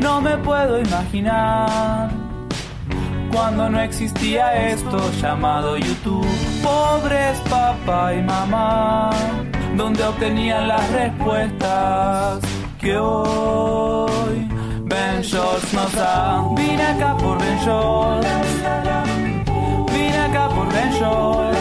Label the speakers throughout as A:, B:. A: No me puedo imaginar cuando no existía esto llamado YouTube. Pobres papá y mamá, donde obtenían las respuestas que hoy Ben Shorts nos da. Vine acá por Ben Shorts, vine acá por Ben Shorts.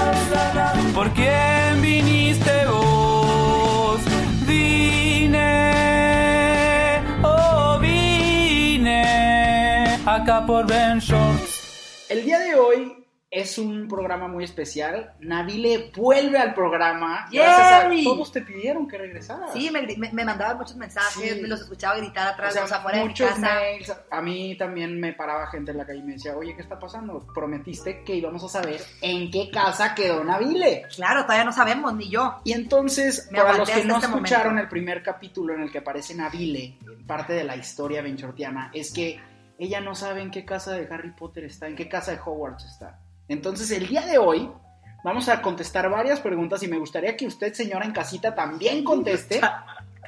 A: ¿Por quién viniste vos? Vine, oh, vine acá por Ben Shorts.
B: El día de hoy es un programa muy especial. Navile vuelve al programa. Gracias a
C: ¡Yay!
B: todos te pidieron que regresara.
C: Sí, me, gri- me- me mandaban muchos mensajes,
B: Sí.
C: me los escuchaba gritar atrás,
B: O sea,
C: o sea, fuera de mi
B: muchos
C: casa.
B: mails. A mí también me paraba gente en la calle y me decía, oye, ¿qué está pasando? Prometiste que íbamos a saber en qué casa quedó Navile.
C: Claro, todavía no sabemos, ni yo.
B: Y entonces,
C: Me
B: para
C: aguanté
B: los que
C: hasta
B: no
C: este
B: escucharon
C: momento.
B: el primer capítulo en el que aparece Navile, parte de la historia benchortiana, es que ella no sabe en qué casa de Harry Potter está, en qué casa de Hogwarts está. Entonces, el día de hoy vamos a contestar varias preguntas y me gustaría que usted, señora en casita, también conteste.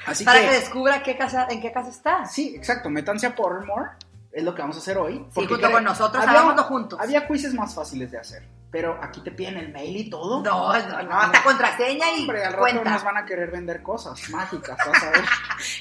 B: Así
C: para que descubra qué casa, en qué casa está.
B: Sí, exacto. Métanse a Pottermore. Es lo que vamos a hacer hoy.
C: junto con nosotros, hagámoslo juntos.
B: Había quizzes más fáciles de hacer. Pero aquí te piden el mail y todo.
C: No, no, no, hasta contraseña y
B: Hombre, al rato
C: cuenta.
B: nos van a querer vender cosas mágicas, vas a ver.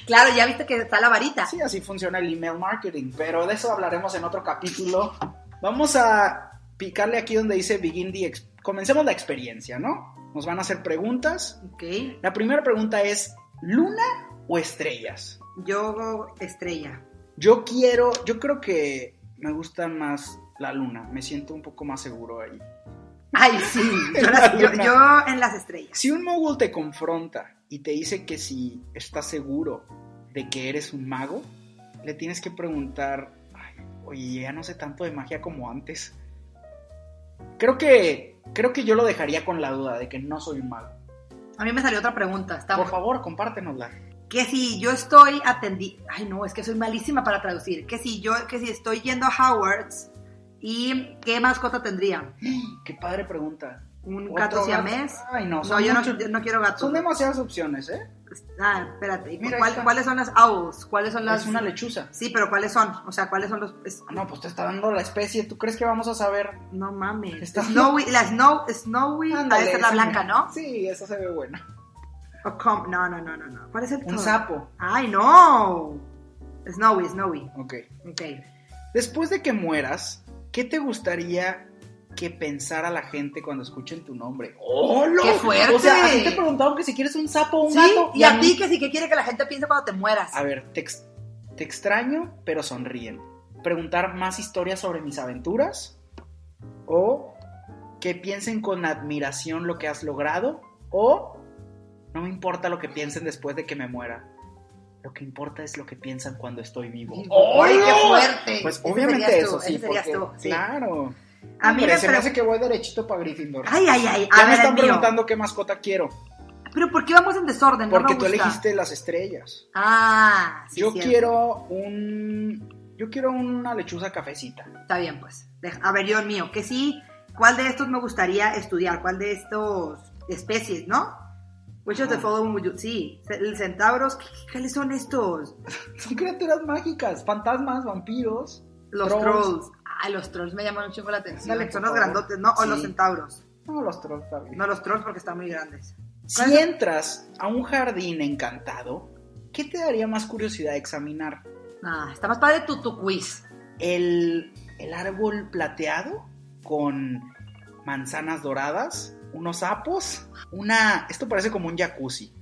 C: Claro, ya viste que está la varita.
B: sí, así funciona el email marketing. Pero de eso hablaremos en otro capítulo. Vamos a picarle aquí donde dice Begin the... ex- Comencemos la experiencia, ¿no? Nos van a hacer preguntas.
C: Ok,
B: La primera pregunta es, ¿luna o estrellas?
C: yo estrella.
B: Yo quiero, yo creo que me gusta más la luna, me siento un poco más seguro ahí.
C: Ay, sí, yo,
B: En
C: las-
B: la
C: yo-
B: luna.
C: yo en las estrellas.
B: Si un mogul te confronta y te dice que si estás seguro de que eres un mago, le tienes que preguntar, "Ay, oye, ya no sé tanto de magia como antes. Creo que, creo que yo lo dejaría con la duda de que no soy un mago.
C: A mí me salió otra pregunta. Está
B: Por favor, compártenosla.
C: que si yo estoy atendi ay no, es que soy malísima para traducir, que si yo, que si estoy yendo a Howard's y qué mascota tendría,
B: Qué padre pregunta.
C: un
B: ¿Otro
C: gato
B: gato?
C: siamés,
B: Ay, no,
C: no
B: son
C: yo, no,
B: muchos-
C: yo no quiero gatos,
B: Son demasiadas opciones, ¿eh?
C: ah, espérate, ¿y cu-
B: Mira, ahí
C: cuál-
B: está.
C: ¿cuáles son las owls? ¿Cuáles son las?
B: Es una lechuza.
C: Sí, pero ¿cuáles son? O sea, ¿cuáles son los? es-
B: Ah, No, pues te está dando la especie. ¿Tú crees que vamos a saber?
C: no mames,
B: Está-
C: Snowy, la Snow, Snowy, ha de
B: Ándale,
C: ser Ah, la
B: esa
C: blanca,
B: me-
C: ¿no?
B: Sí, esa se ve buena.
C: O com- no, no, no, no, no, ¿cuál es el?
B: Un
C: todo?
B: sapo.
C: Ay no, Snowy, Snowy,
B: Ok.
C: ok.
B: Después de que mueras, ¿qué te gustaría que pensara la gente cuando escuchen tu nombre? ¡Hola!
C: ¡Qué fuerte!
B: O sea, a ti te preguntaron que si quieres un sapo o un
C: Sí,
B: gato.
C: y a
B: mí-
C: ti que sí que quiere que la gente piense cuando te mueras.
B: A ver, te, ex- te extraño, pero sonríen. Preguntar más historias sobre mis aventuras. O que piensen con admiración lo que has logrado. O no me importa lo que piensen después de que me muera. Lo que importa es lo que piensan cuando estoy vivo.
C: ¡Ay, qué
B: ¡Oh!
C: fuerte!
B: Pues
C: Ese
B: obviamente
C: serías tú,
B: eso sí,
C: ese serías
B: porque-
C: tú, sí. Ah,
B: claro.
C: A mí
B: Hombre,
C: me
B: se me
C: pre-
B: hace que voy derechito para Gryffindor.
C: Ay, ay, ay.
B: ya me
C: A ver, el
B: están
C: mío.
B: preguntando qué mascota quiero,
C: Pero ¿por qué vamos en desorden? no
B: porque
C: me
B: tú
C: gusta.
B: elegiste las estrellas.
C: Ah, sí,
B: yo
C: cierto.
B: quiero un. Yo quiero una lechuza cafecita.
C: Está bien, pues. Deja- A ver, yo el mío. Que sí, ¿cuál de estos me gustaría estudiar? ¿Cuál de estos especies, no? Which of the
B: Ah.
C: following would you- Sí, ce- el centauros. ¿qué- qué- ¿Cuáles son estos?
B: Son criaturas mágicas, fantasmas, vampiros.
C: Los
B: Trolls.
C: trolls. Ah, los trolls me llaman un chingo la atención.
B: Dale, por
C: son los
B: favor.
C: grandotes, ¿no? O
B: Sí.
C: los centauros.
B: No, los trolls también.
C: No los trolls porque están muy grandes. ¿cuál
B: si
C: es?
B: entras a un jardín encantado, ¿qué te daría más curiosidad examinar?
C: Ah, está más padre tu, tu quiz.
B: ¿El, el árbol plateado con manzanas doradas? ¿Unos sapos? Una. Esto parece como un jacuzzi.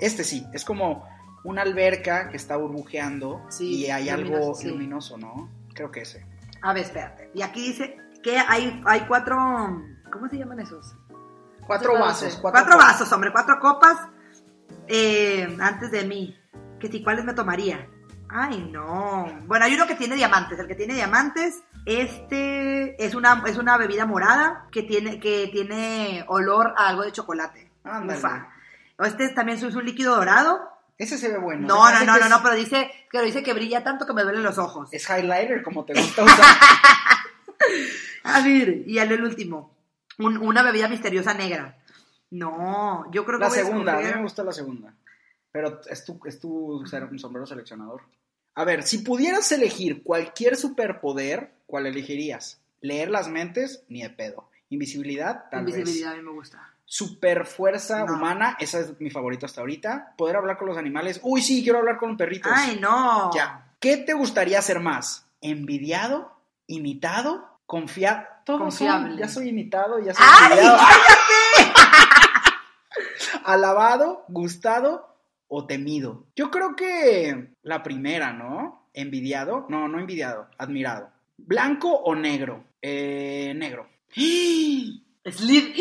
B: Este sí, es como una alberca que está burbujeando
C: Sí,
B: y hay algo
C: luminoso, sí.
B: luminoso, ¿no? Creo que ese.
C: A ver, espérate. Y aquí dice que hay, hay cuatro. ¿Cómo se llaman esos?
B: Cuatro vasos,
C: Cuatro,
B: cuatro
C: vasos, hombre, cuatro copas. eh, de antes de mí. Que si cuáles me tomaría. Ay, no. Bueno, hay uno que tiene diamantes. El que tiene diamantes, este es una, es una bebida morada que tiene, que tiene olor a algo de chocolate.
B: Ándale.
C: Ufa. Este es- también es un líquido dorado.
B: Ese se ve bueno.
C: No,
B: Se
C: no,
B: me
C: no,
B: hace que
C: no,
B: es-
C: no, pero dice, pero dice que brilla tanto que me duelen los ojos.
B: Es highlighter como te gusta usar.
C: A ver, y al el último. Un- una bebida misteriosa negra. No, yo creo que
B: La
C: voy a
B: segunda, a mí
C: escoger-
B: me gusta la segunda. Pero es tu, es tu ser un sombrero seleccionador. A ver, si pudieras elegir cualquier superpoder, ¿cuál elegirías? Leer las mentes, ni de pedo. Invisibilidad, tal
C: Invisibilidad
B: vez.
C: a mí me gusta.
B: Superfuerza
C: No.
B: humana, esa es mi favorito hasta ahorita. Poder hablar con los animales. Uy, sí, quiero hablar con perritos.
C: Ay, no.
B: Ya. ¿Qué te gustaría ser más? ¿Envidiado? ¿Imitado? ¿Confiado?
C: Confiable.
B: ya soy imitado, ya soy
C: ¡Ay,
B: envidiado.
C: cállate!
B: ¿Alabado, gustado o temido? Yo creo que la primera, ¿no? ¿Envidiado? No, no envidiado, admirado. ¿Blanco o negro? Eh, negro.
C: Slip.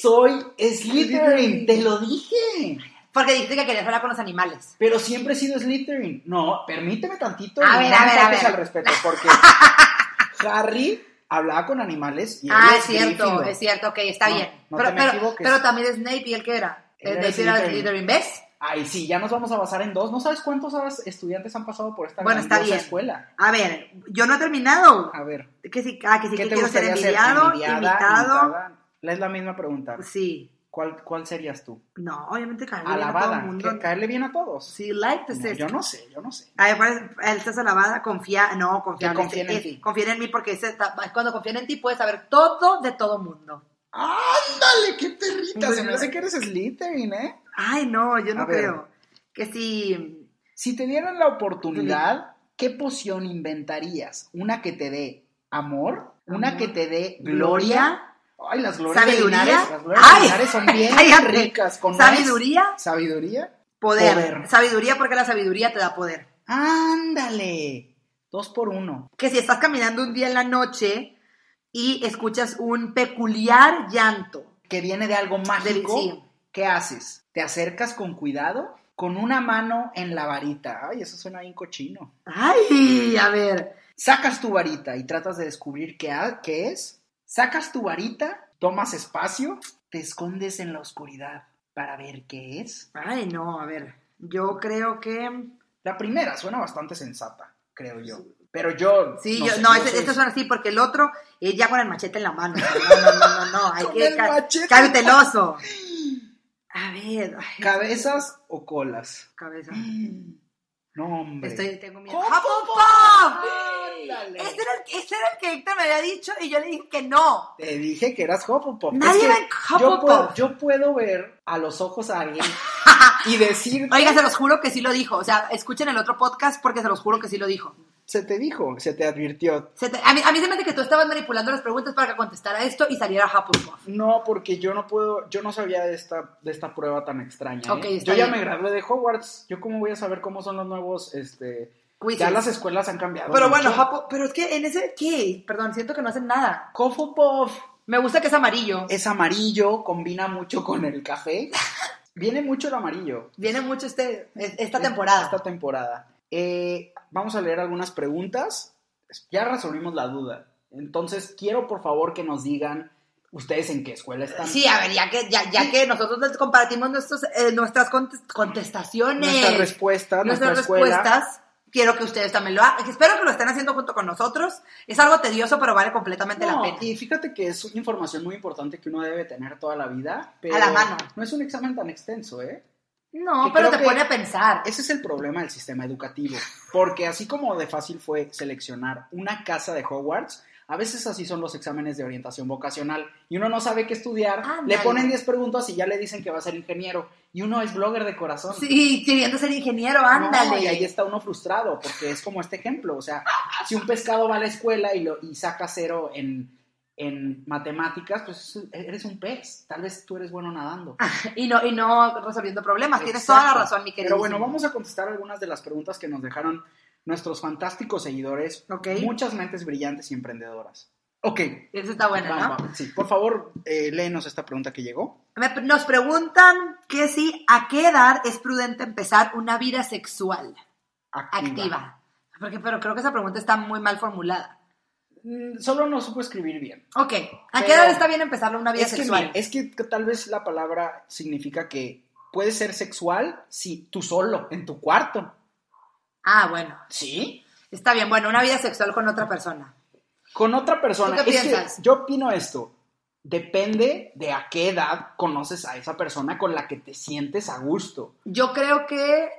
B: Soy Slytherin, te lo dije.
C: Porque dijiste que querías hablar con los animales.
B: Pero siempre he sido Slytherin. No, permíteme tantito.
C: A
B: no
C: ver,
B: me
C: a ver, a
B: faltes
C: ver.
B: al respeto, porque Harry hablaba con animales y él
C: Ah, es
B: es
C: cierto,
B: Gryffindor.
C: es cierto, ok, está
B: No,
C: bien.
B: no
C: pero,
B: te me
C: pero-
B: equivoques.
C: pero también Snape y el que era.
B: Él era
C: Snape era
B: Slytherin.
C: Slytherin, ¿ves?
B: Ay, sí, ya nos vamos a basar en dos. ¿No sabes cuántos estudiantes han pasado por esta
C: Bueno, está
B: grandiosa
C: bien.
B: escuela?
C: A ver, yo no he terminado.
B: A ver.
C: Que sí, ah, que sí,
B: ¿Qué
C: que
B: te
C: quiero ser
B: gustaría ser?
C: envidiado,
B: ¿Envidiada,
C: imitado.
B: imitada? Es la misma pregunta.
C: Sí.
B: ¿Cuál, cuál serías tú?
C: No, obviamente caerle bien a todo el
B: Alabada.
C: mundo.
B: que- Caerle bien a todos.
C: Sí, este. like the
B: No,
C: sis.
B: yo no sé, yo no sé.
C: A ver, parece- él estás alabada, confía, no, confía
B: Que confíen en ti.
C: Confíen en mí porque ese está- cuando confían en ti puedes saber todo de todo mundo.
B: ¡Ándale, qué perrita!
C: Pues
B: Se me
C: yo-
B: hace que eres Slytherin, ¿eh?
C: Ay, no, yo no
B: A ver.
C: creo. Que si
B: Si te dieran la oportunidad, ¿qué poción inventarías? ¿Una que te dé amor? ¿Una
C: Amor.
B: que te dé gloria? Ay, las glorias de
C: ¿Sabiduría?
B: Linares, las glorias
C: Ay,
B: de Linares son bien
C: cállate.
B: ricas. Con nuez.
C: sabiduría,
B: ¿Sabiduría?
C: poder.
B: Poder.
C: Sabiduría porque la sabiduría te da poder.
B: ¡Ándale! Dos por uno.
C: Que si estás caminando un día en la noche y escuchas un peculiar llanto.
B: que viene de algo mágico,
C: sí.
B: ¿qué haces? ¿Te acercas con cuidado? Con una mano en la varita. Ay, eso suena bien cochino.
C: Ay, a ver.
B: Sacas tu varita y tratas de descubrir qué, ha- qué es. Sacas tu varita, tomas espacio, te escondes en la oscuridad para ver qué es.
C: Ay, no, a ver. Yo creo que
B: La primera suena bastante sensata, creo yo. Pero yo.
C: Sí,
B: no
C: yo,
B: sé,
C: no,
B: yo
C: este,
B: soy-
C: este suena así porque el otro es ya con el machete en la mano. No, no, no, no, no, hay
B: Con
C: que
B: el
C: ca-
B: machete.
C: cauteloso. A ver, ay,
B: ¿Cabezas o colas?
C: cabeza.
B: No, hombre.
C: Estoy, tengo miedo.
B: ¡Hufflepuff!
C: ¡Hufflepuff!
B: Ándale.
C: Ese era, el, ese era el que Héctor me había dicho y yo le dije que no.
B: Te dije que eras Hufflepuff.
C: Nadie
B: que
C: ve
B: Yo
C: Hufflepuff.
B: puedo, yo puedo ver a los ojos a alguien y decir.
C: Oiga, se los juro que sí lo dijo. O sea, escuchen el otro podcast porque se los juro que sí lo dijo.
B: Se te dijo, se te advirtió.
C: Se te- a, mí, a mí se me hace que tú estabas manipulando las preguntas para que contestara esto y saliera Hufflepuff.
B: No, porque yo no puedo, yo no sabía de esta, de esta prueba tan extraña. ¿eh?
C: Ok, está
B: yo ya
C: bien.
B: me gradué de Hogwarts. Yo cómo voy a saber cómo son los nuevos, este,
C: Quizzes.
B: ya las escuelas han cambiado.
C: Pero
B: mucho.
C: bueno, Hufflepuff- pero es que en ese, ¿qué? Perdón, siento que no hacen nada.
B: Hufflepuff
C: Me gusta que es amarillo.
B: es amarillo, combina mucho con el café. Viene mucho el amarillo.
C: Viene mucho este, es- esta temporada.
B: Esta temporada. Eh, vamos a leer algunas preguntas. Ya resolvimos la duda. Entonces, quiero por favor que nos digan ustedes en qué escuela están.
C: Sí, a ver, ya que, ya, ya que nosotros les compartimos nuestros, eh, nuestras contes- contestaciones,
B: Nuestras respuestas, nuestra
C: nuestras
B: escuela.
C: respuestas, quiero que ustedes también lo hagan. Espero que lo estén haciendo junto con nosotros. Es algo tedioso, pero vale completamente
B: No,
C: la pena.
B: y fíjate que es una información muy importante que uno debe tener toda la vida. Pero
C: A la mano.
B: No es un examen tan extenso, ¿eh?
C: No,
B: que
C: pero
B: creo
C: te
B: que-
C: pone a pensar.
B: Ese es el problema del sistema educativo. Porque así como de fácil fue seleccionar una casa de Hogwarts, a veces así son los exámenes de orientación vocacional. Y uno no sabe qué estudiar. Le
C: Ándale.
B: ponen 10 preguntas y ya le dicen que va a ser ingeniero. Y uno es blogger de corazón.
C: Sí, queriendo ser ingeniero,
B: No,
C: ándale.
B: y ahí está uno frustrado, porque es como este ejemplo. O sea, si un pescado va a la escuela y, lo, y saca cero en, en matemáticas, pues eres un pez. Tal vez tú eres bueno nadando.
C: y, no, y no resolviendo problemas. Ah, Tienes
B: Exacto.
C: toda la razón, mi querido.
B: Pero bueno, vamos a contestar algunas de las preguntas que nos dejaron nuestros fantásticos seguidores.
C: Ok.
B: Muchas mentes brillantes y emprendedoras. Ok.
C: Eso está bueno,
B: Vamos,
C: ¿no?
B: vamos. Sí, por favor, eh, léenos esta pregunta que llegó.
C: Me- nos preguntan que si a qué edad es prudente empezar una vida sexual
B: Activa.
C: activa. Porque, pero creo que esa pregunta está muy mal formulada.
B: Mm, Solo no supo escribir bien.
C: Ok, ¿a qué
B: Pero-
C: edad está bien empezar una vida
B: Es que,
C: sexual?
B: mira, es que tal vez la palabra significa que puedes ser sexual si tú solo, en tu cuarto.
C: Ah, bueno,
B: ¿Sí?
C: está bien. Bueno, una vida sexual con otra persona.
B: Con otra persona.
C: ¿Tú qué
B: Es que
C: piensas?
B: yo opino esto. Depende de a qué edad conoces a esa persona con la que te sientes a gusto.
C: Yo creo que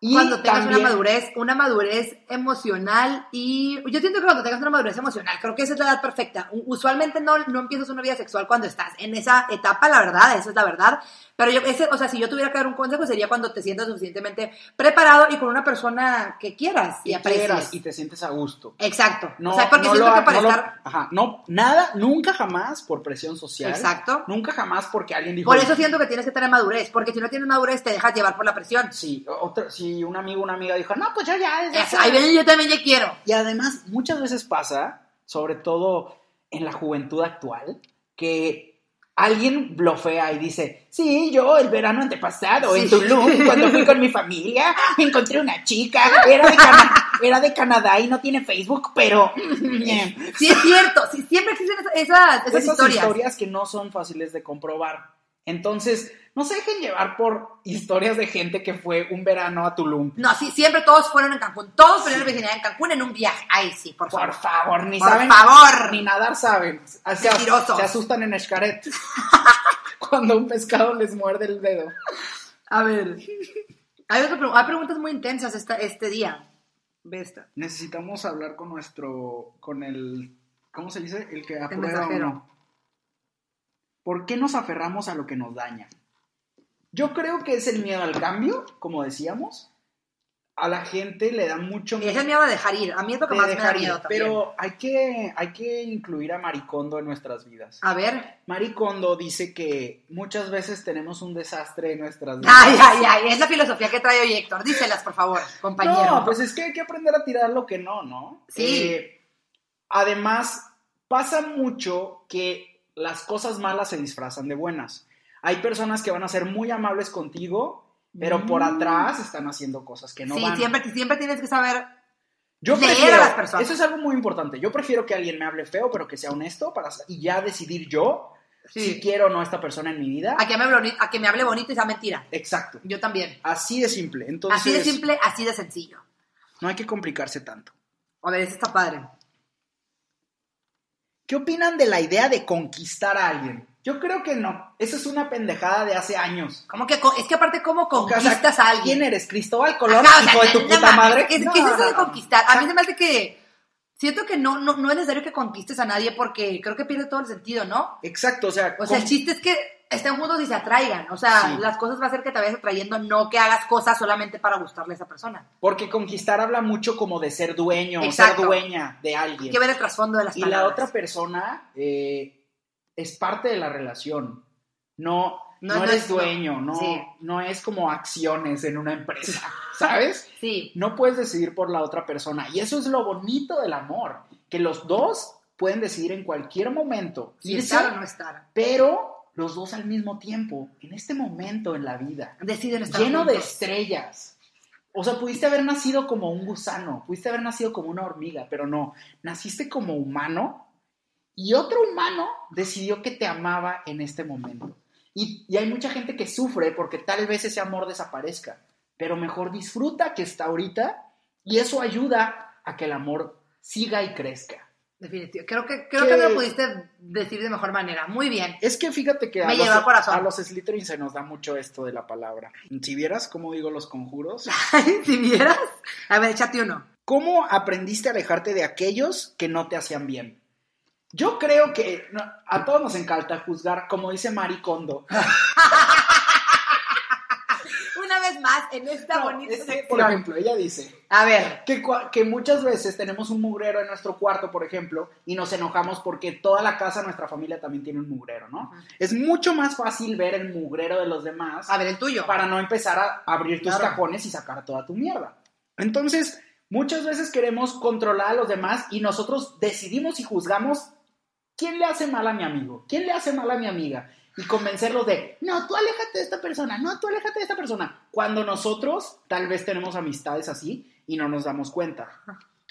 B: Y
C: cuando tengas
B: también-
C: una madurez, una madurez emocional y yo siento que cuando tengas una madurez emocional, creo que esa es la edad perfecta. U- Usualmente no, no empiezas una vida sexual cuando estás en esa etapa, la verdad, esa es la verdad. Pero yo, ese, o sea, si yo tuviera que dar un consejo sería cuando te sientas suficientemente preparado y con una persona que quieras y,
B: Y
C: aprecies.
B: quieras y te sientes a gusto.
C: Exacto.
B: No,
C: o sea, porque
B: no
C: siento
B: lo
C: que
B: ha-
C: para
B: no lo-
C: estar
B: ajá, no, nada, nunca jamás por presión social.
C: Exacto.
B: Nunca jamás porque alguien dijo.
C: Por eso siento que tienes que tener madurez, porque si no tienes madurez te dejas llevar por la presión.
B: Si, otro, si un amigo o una amiga dijo, no, pues yo ya. desde hace-
C: Ay, ven, yo también ya quiero.
B: Y además, muchas veces pasa, sobre todo en la juventud actual, que alguien blofea y dice, sí, yo el verano antepasado en
C: Sí.
B: Tulum, cuando fui con mi familia, encontré una chica, era de, Cana- era de Canadá y no tiene Facebook, pero... eh,
C: Sí, es cierto. Sí, siempre existen esa- esas, esas
B: esas
C: historias.
B: historias. que no son fáciles de comprobar. Entonces, no se dejen llevar por historias de gente que fue un verano a Tulum.
C: No, sí, siempre todos fueron en Cancún. Todos fueron virginidad en Cancún en un viaje. Ay, sí, por
B: Por
C: favor.
B: favor, ni
C: Por
B: saben.
C: favor.
B: Ni nadar saben. Se, se
C: Mentirosos.
B: asustan en Escaret. cuando un pescado les muerde el dedo.
C: A ver. Hay, otra pregu- hay preguntas muy intensas esta- este día. Ve esta.
B: Necesitamos hablar con nuestro. con el. ¿Cómo se dice? El que aprueba o
C: mensajero.
B: no. ¿Por qué nos aferramos a lo que nos daña? Yo creo que es el miedo al cambio, como decíamos. A la gente le da mucho
C: Y es el miedo a dejar ir. A mí es lo que
B: de
C: más me da
B: dejar ir,
C: miedo también.
B: Pero hay que, hay que incluir a Maricondo en nuestras vidas.
C: A ver.
B: Marie Kondo dice que muchas veces tenemos un desastre en nuestras vidas.
C: Ay, ay, ay. Es la filosofía que trae hoy Héctor. Díselas, por favor, compañero.
B: No, pues es que hay que aprender a tirar lo que no, ¿no?
C: Sí.
B: Eh, además, pasa mucho que las cosas malas se disfrazan de buenas. Hay personas que van a ser muy amables contigo, pero por atrás están haciendo cosas que no
C: Mm. sí,
B: van.
C: siempre, siempre tienes que saber.
B: Yo
C: Leer a
B: prefiero,
C: las personas.
B: Eso es algo muy importante. Yo prefiero que alguien me hable feo, pero que sea honesto para, y ya decidir yo si
C: Sí.
B: quiero o no a esta persona en mi vida.
C: a, que me hable boni- a que me hable bonito y sea mentira.
B: Exacto.
C: Yo también.
B: Así de simple. Entonces,
C: Así de simple, así de sencillo.
B: no hay que complicarse tanto.
C: A ver, eso está padre.
B: ¿Qué opinan de la idea de conquistar a alguien? Yo creo que no. Esa es una pendejada de hace años.
C: Como que co- es que aparte cómo conquistas
B: O sea,
C: a alguien.
B: ¿Quién eres? ¿Cristóbal Colón?
C: Ajá, o sea,
B: hijo de tu
C: no
B: puta
C: mames,
B: madre.
C: Es,
B: No,
C: ¿Qué es eso
B: no,
C: de
B: no, no.
C: conquistar? A mí se me hace que siento que no, no, no es necesario que conquistes a nadie porque creo que pierde todo el sentido, ¿no?
B: Exacto, o sea,
C: O
B: con-
C: sea, el chiste es que estén juntos y se atraigan. O sea,
B: Sí.
C: las cosas va a ser que te vayas atrayendo, no que hagas cosas solamente para gustarle a esa persona.
B: porque conquistar habla mucho como de ser dueño,
C: Exacto.
B: ser dueña de
C: Hay
B: alguien.
C: que ver el trasfondo de las
B: y
C: palabras.
B: la otra persona eh, es parte de la relación. No, no,
C: No, no
B: eres
C: es-
B: dueño, no,
C: sí.
B: no es como acciones en una empresa, ¿sabes?
C: Sí.
B: No puedes decidir por la otra persona. Y eso es lo bonito del amor, que los dos pueden decidir en cualquier momento
C: Sí,
B: irse,
C: estar o no estar.
B: pero los dos al mismo tiempo, en este momento en la vida,
C: Deciden estar
B: lleno de
C: juntos.
B: estrellas. O sea, pudiste haber nacido como un gusano, pudiste haber nacido como una hormiga, pero no, naciste como humano y otro humano decidió que te amaba en este momento. Y, y hay mucha gente que sufre porque tal vez ese amor desaparezca, pero mejor disfruta que está ahorita y eso ayuda a que el amor siga y crezca.
C: Definitivo. Creo que, creo
B: Que-
C: que me lo pudiste decir de mejor manera. Muy bien.
B: Es que fíjate que a
C: Me
B: los,
C: lleva al corazón.
B: a los Slytherin se nos da mucho esto de la palabra. Si vieras cómo digo los conjuros.
C: si vieras. A ver, échate uno.
B: ¿Cómo aprendiste a alejarte de aquellos que no te hacían bien? Yo creo que no, a todos nos encanta juzgar, como dice Marie Kondo.
C: Una vez más, en esta
B: No,
C: bonita
B: es que,
C: sección.
B: por ejemplo, ella dice
C: A ver,
B: que, cua- que muchas veces tenemos un mugrero en nuestro cuarto, por ejemplo, y nos enojamos porque toda la casa, nuestra familia también tiene un mugrero, ¿no? Es mucho más fácil ver el mugrero de los demás
C: a ver, el tuyo.
B: para no empezar a abrir tus
C: Claro.
B: cajones y sacar toda tu mierda. Entonces, muchas veces queremos controlar a los demás y nosotros decidimos y juzgamos quién le hace mal a mi amigo, quién le hace mal a mi amiga, y convencerlos de, no, tú aléjate de esta persona, no, tú aléjate de esta persona, cuando nosotros tal vez tenemos amistades así y no nos damos cuenta.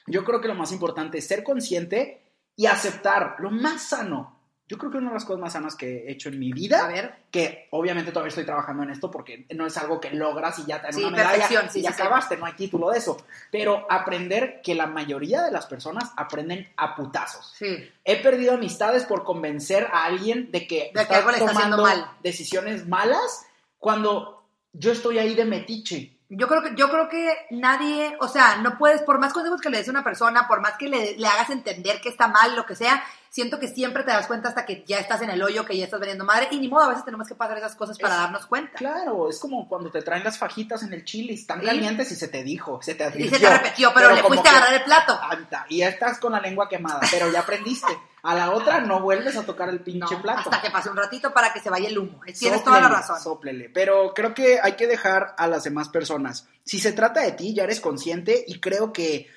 B: Yo creo que lo más importante es ser consciente y aceptar lo más sano. Yo creo que una de las cosas más sanas que he hecho en mi vida,
C: A ver.
B: que obviamente todavía estoy trabajando en esto porque no es algo que logras y ya te dan
C: Sí,
B: una medalla
C: perfección, sí,
B: y ya
C: sí, sí.
B: acabaste, no hay título de eso, pero aprender que la mayoría de las personas aprenden a putazos.
C: Sí.
B: He perdido amistades por convencer a alguien de que,
C: que algo le está haciendo mal.
B: decisiones malas cuando yo estoy ahí de metiche.
C: Yo creo que, yo creo que nadie, o sea, no puedes, por más consejos que le des a una persona, por más que le, le hagas entender que está mal, lo que sea, siento que siempre te das cuenta hasta que ya estás en el hoyo, que ya estás vendiendo madre, y ni modo, a veces tenemos que pasar esas cosas para
B: Es-
C: darnos cuenta.
B: Claro, es como cuando te traen las fajitas en el chili, están
C: Sí.
B: calientes y se te dijo, se te
C: Y
B: advirtió.
C: se te repetió, pero, le
B: como
C: fuiste a
B: que-
C: agarrar el plato.
B: Anta, Y ya estás con la lengua quemada, pero ya aprendiste. A la otra no vuelves a tocar el
C: No,
B: pinche plato.
C: hasta que pase un ratito para que se vaya el humo. Tienes
B: Sóplele,
C: toda la razón.
B: Sóplele. Pero creo que hay que dejar a las demás personas. Si se trata de ti, ya eres consciente y creo que.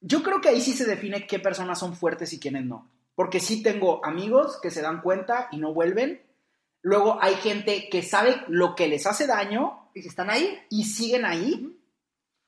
B: Yo creo que ahí sí se define qué personas son fuertes y quiénes no. Porque sí tengo amigos que se dan cuenta y no vuelven. Luego hay gente que sabe lo que les hace daño
C: Y si están ahí,
B: y siguen ahí.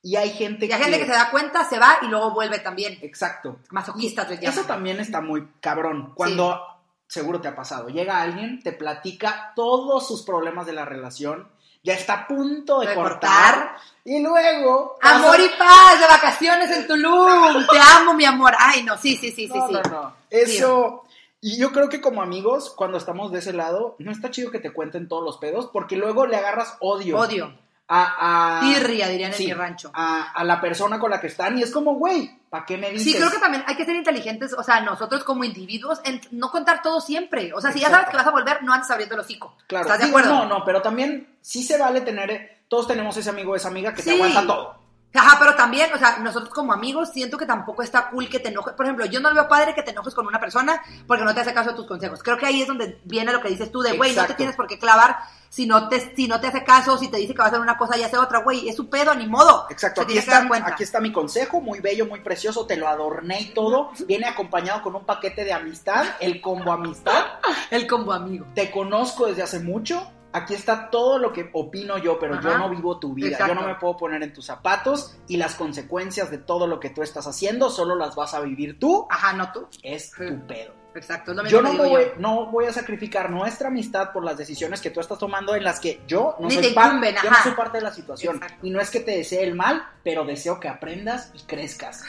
B: Y hay gente
C: y hay gente que se da cuenta, se va y luego vuelve también.
B: Exacto.
C: Masoquistas les
B: Eso
C: llaman.
B: también está muy cabrón. Cuando, seguro te ha pasado, llega alguien, te platica todos sus problemas de la relación, ya está a punto de,
C: De
B: cortar,
C: cortar.
B: y luego... pasa-
C: Amor y paz, de vacaciones en Tulum. Te amo, mi amor. Ay, no, sí, sí, sí, sí.
B: No,
C: sí.
B: no, no. Eso... Y yo creo que como amigos, cuando estamos de ese lado, no está chido que te cuenten todos los pedos, porque luego le agarras odio.
C: Odio.
B: A, a,
C: Tirria, dirían en
B: Sí. Ah,
C: mi rancho.
B: A, a la persona con la que están, y es como, güey, ¿para qué me dices?
C: Sí, creo que también hay que ser inteligentes, o sea, nosotros como individuos, en no contar todo siempre. O sea, si ya
B: Exacto.
C: sabes que vas a volver, no andes abriendo el hocico.
B: Claro,
C: ¿Estás de
B: digo,
C: acuerdo?
B: No, no, pero también sí se vale tener, todos tenemos ese amigo o esa amiga que te
C: Sí.
B: aguanta todo.
C: Ajá, pero también, o sea, nosotros como amigos siento que tampoco está cool que te enojes. Por ejemplo, yo no le veo padre que te enojes con una persona porque no te hace caso de tus consejos. Creo que ahí es donde viene lo que dices tú de, güey, no te
B: Exacto.
C: tienes por qué clavar si no te, si no te hace caso, si te dice que va a hacer una cosa y hace otra, güey, es su pedo, ni modo.
B: Exacto,
C: Se
B: aquí
C: tiene que dar
B: está,
C: cuenta.
B: aquí está mi consejo, muy bello, muy precioso, te lo adorné y todo. Viene acompañado con un paquete de amistad, el combo amistad.
C: El combo amigo.
B: Te conozco desde hace mucho. Aquí está todo lo que opino yo, pero yo
C: Ajá.
B: no vivo tu vida. Yo
C: Exacto.
B: no me puedo poner en tus zapatos y las consecuencias de todo lo que tú estás haciendo solo las vas a vivir tú.
C: Ajá, no tú.
B: Es
C: Sí.
B: tu pedo.
C: Exacto, es lo mismo
B: Yo no,
C: que
B: me
C: digo
B: voy, no voy a sacrificar nuestra amistad por las decisiones que tú estás tomando en las que yo no,
C: Ni
B: soy,
C: te
B: par-
C: incumben,
B: yo no
C: ajá.
B: soy parte de la situación.
C: Exacto.
B: Y no es que te desee el mal, pero deseo que aprendas y crezcas.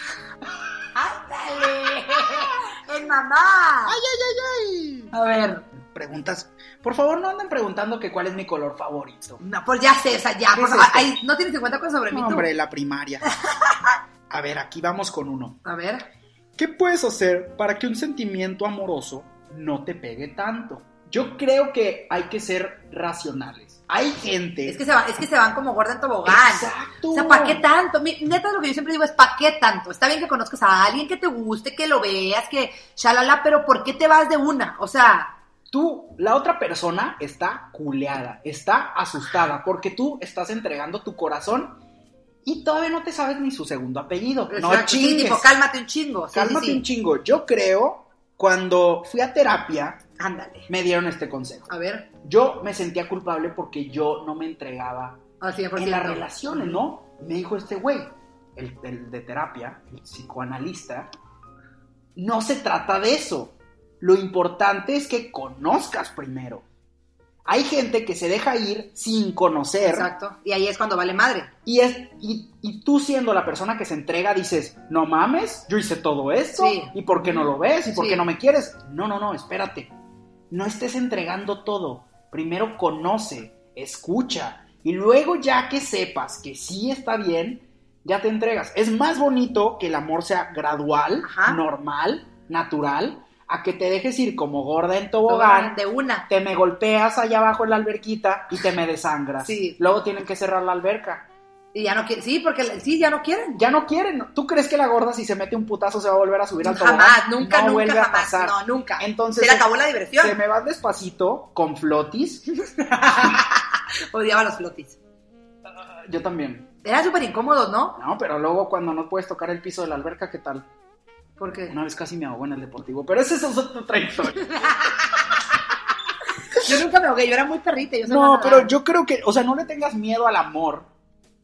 C: ¡Ándale! ¡El mamá! A ver.
B: Preguntas. Por favor, no anden preguntando que cuál es mi color favorito.
C: No, pues ya sé, o sea, ya.
B: ¿Qué
C: por
B: es
C: favor,
B: esto?
C: ay, no tienes en cuenta cosas sobre mí
B: No,
C: tú.
B: hombre, la primaria. A ver, aquí vamos con uno.
C: A ver.
B: ¿Qué puedes hacer para que un sentimiento amoroso no te pegue tanto? Yo creo que hay que ser racionales. Hay gente.
C: Es que se, va- es que se van como gorda en tobogán.
B: Exacto.
C: O sea, ¿para qué tanto? Mi- neta, lo que yo siempre digo es, ¿para qué tanto? Está bien que conozcas a alguien que te guste, que lo veas, que shalala, pero ¿por qué te vas de una? O sea,
B: tú, la otra persona está culeada, está asustada, porque tú estás entregando tu corazón y todavía no te sabes ni su segundo apellido. No
C: exacto, sí,
B: chingues.
C: tipo, cálmate un chingo. Sí, sí,
B: Cálmate
C: sí.
B: un chingo. Yo creo, cuando fui a terapia,
C: Ándale.
B: me dieron este consejo.
C: A ver,
B: Yo me sentía culpable porque yo no me entregaba
C: al 100%.
B: en las relaciones, ¿no? Me dijo este güey, el, el de terapia, el psicoanalista, no se trata de eso. Lo importante es que conozcas primero. Hay gente que se deja ir sin conocer
C: Exacto. Y ahí es cuando vale madre.
B: y, es, y, y tú siendo la persona que se entrega dices, no mames, yo hice todo esto,
C: Sí.
B: ¿y por qué no lo ves? ¿Y por
C: Sí.
B: qué no me quieres? No, no, no, espérate. No estés entregando todo. Primero conoce, escucha, y luego ya que sepas que sí está bien, ya te entregas. Es más bonito que el amor sea gradual,
C: Ajá.
B: normal, natural, a que te dejes ir como gorda en tobogán,
C: De una.
B: te me golpeas allá abajo en la alberquita y te me desangras.
C: Sí.
B: Luego tienen que cerrar la alberca.
C: Y ya no quieren. Sí, porque sí, ya no quieren.
B: Ya no quieren. ¿Tú crees que la gorda si se mete un putazo se va a volver a subir al tobogán?
C: Jamás, nunca,
B: No
C: nunca,
B: vuelve a
C: jamás.
B: pasar.
C: No, nunca.
B: Entonces,
C: se le acabó la diversión.
B: Se me vas despacito con flotis.
C: Odiaba los flotis.
B: Yo también.
C: Eran súper incómodos, ¿no?
B: No, pero luego cuando no puedes tocar el piso de la alberca, ¿qué tal?
C: Porque.
B: Una vez casi me ahogó en el deportivo, pero esa es otra historia.
C: Yo nunca me ahogué, yo era muy perrita. Yo
B: No, pero yo creo que, o sea, no le tengas miedo al amor,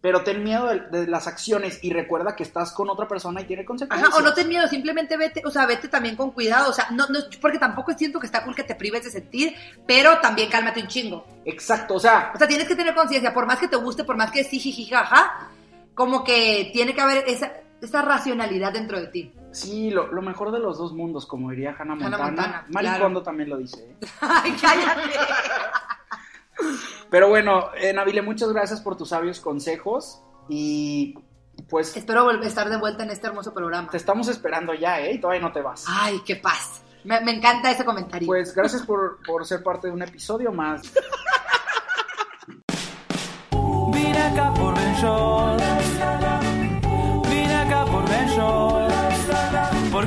B: pero ten miedo de, de las acciones y recuerda que estás con otra persona y tiene consecuencias.
C: Ajá, o no ten miedo, simplemente vete, o sea, vete también con cuidado, o sea, no, no, porque tampoco siento que está cool que te prives de sentir, pero también cálmate un chingo.
B: Exacto, o sea,
C: O sea, tienes que tener conciencia, por más que te guste, por más que sí, jiji, jaja, como que tiene que haber esa, esa racionalidad dentro de ti.
B: sí, lo, lo mejor de los dos mundos, como diría Hannah
C: Hannah
B: Montana.
C: Montana,
B: Marie
C: claro.
B: Kondo también lo dice. ¿eh?
C: Ay, cállate.
B: Pero bueno, eh, Nabile, muchas gracias por tus sabios consejos y pues
C: Espero volver a estar de vuelta en este hermoso programa.
B: te estamos esperando ya, ¿eh? Y todavía no te vas.
C: Ay, qué paz. Me, me encanta ese comentario.
B: Pues gracias por, por ser parte de un episodio más.
A: Vine acá por Ben Shorts. Vine acá por Ben Shorts. ¿Por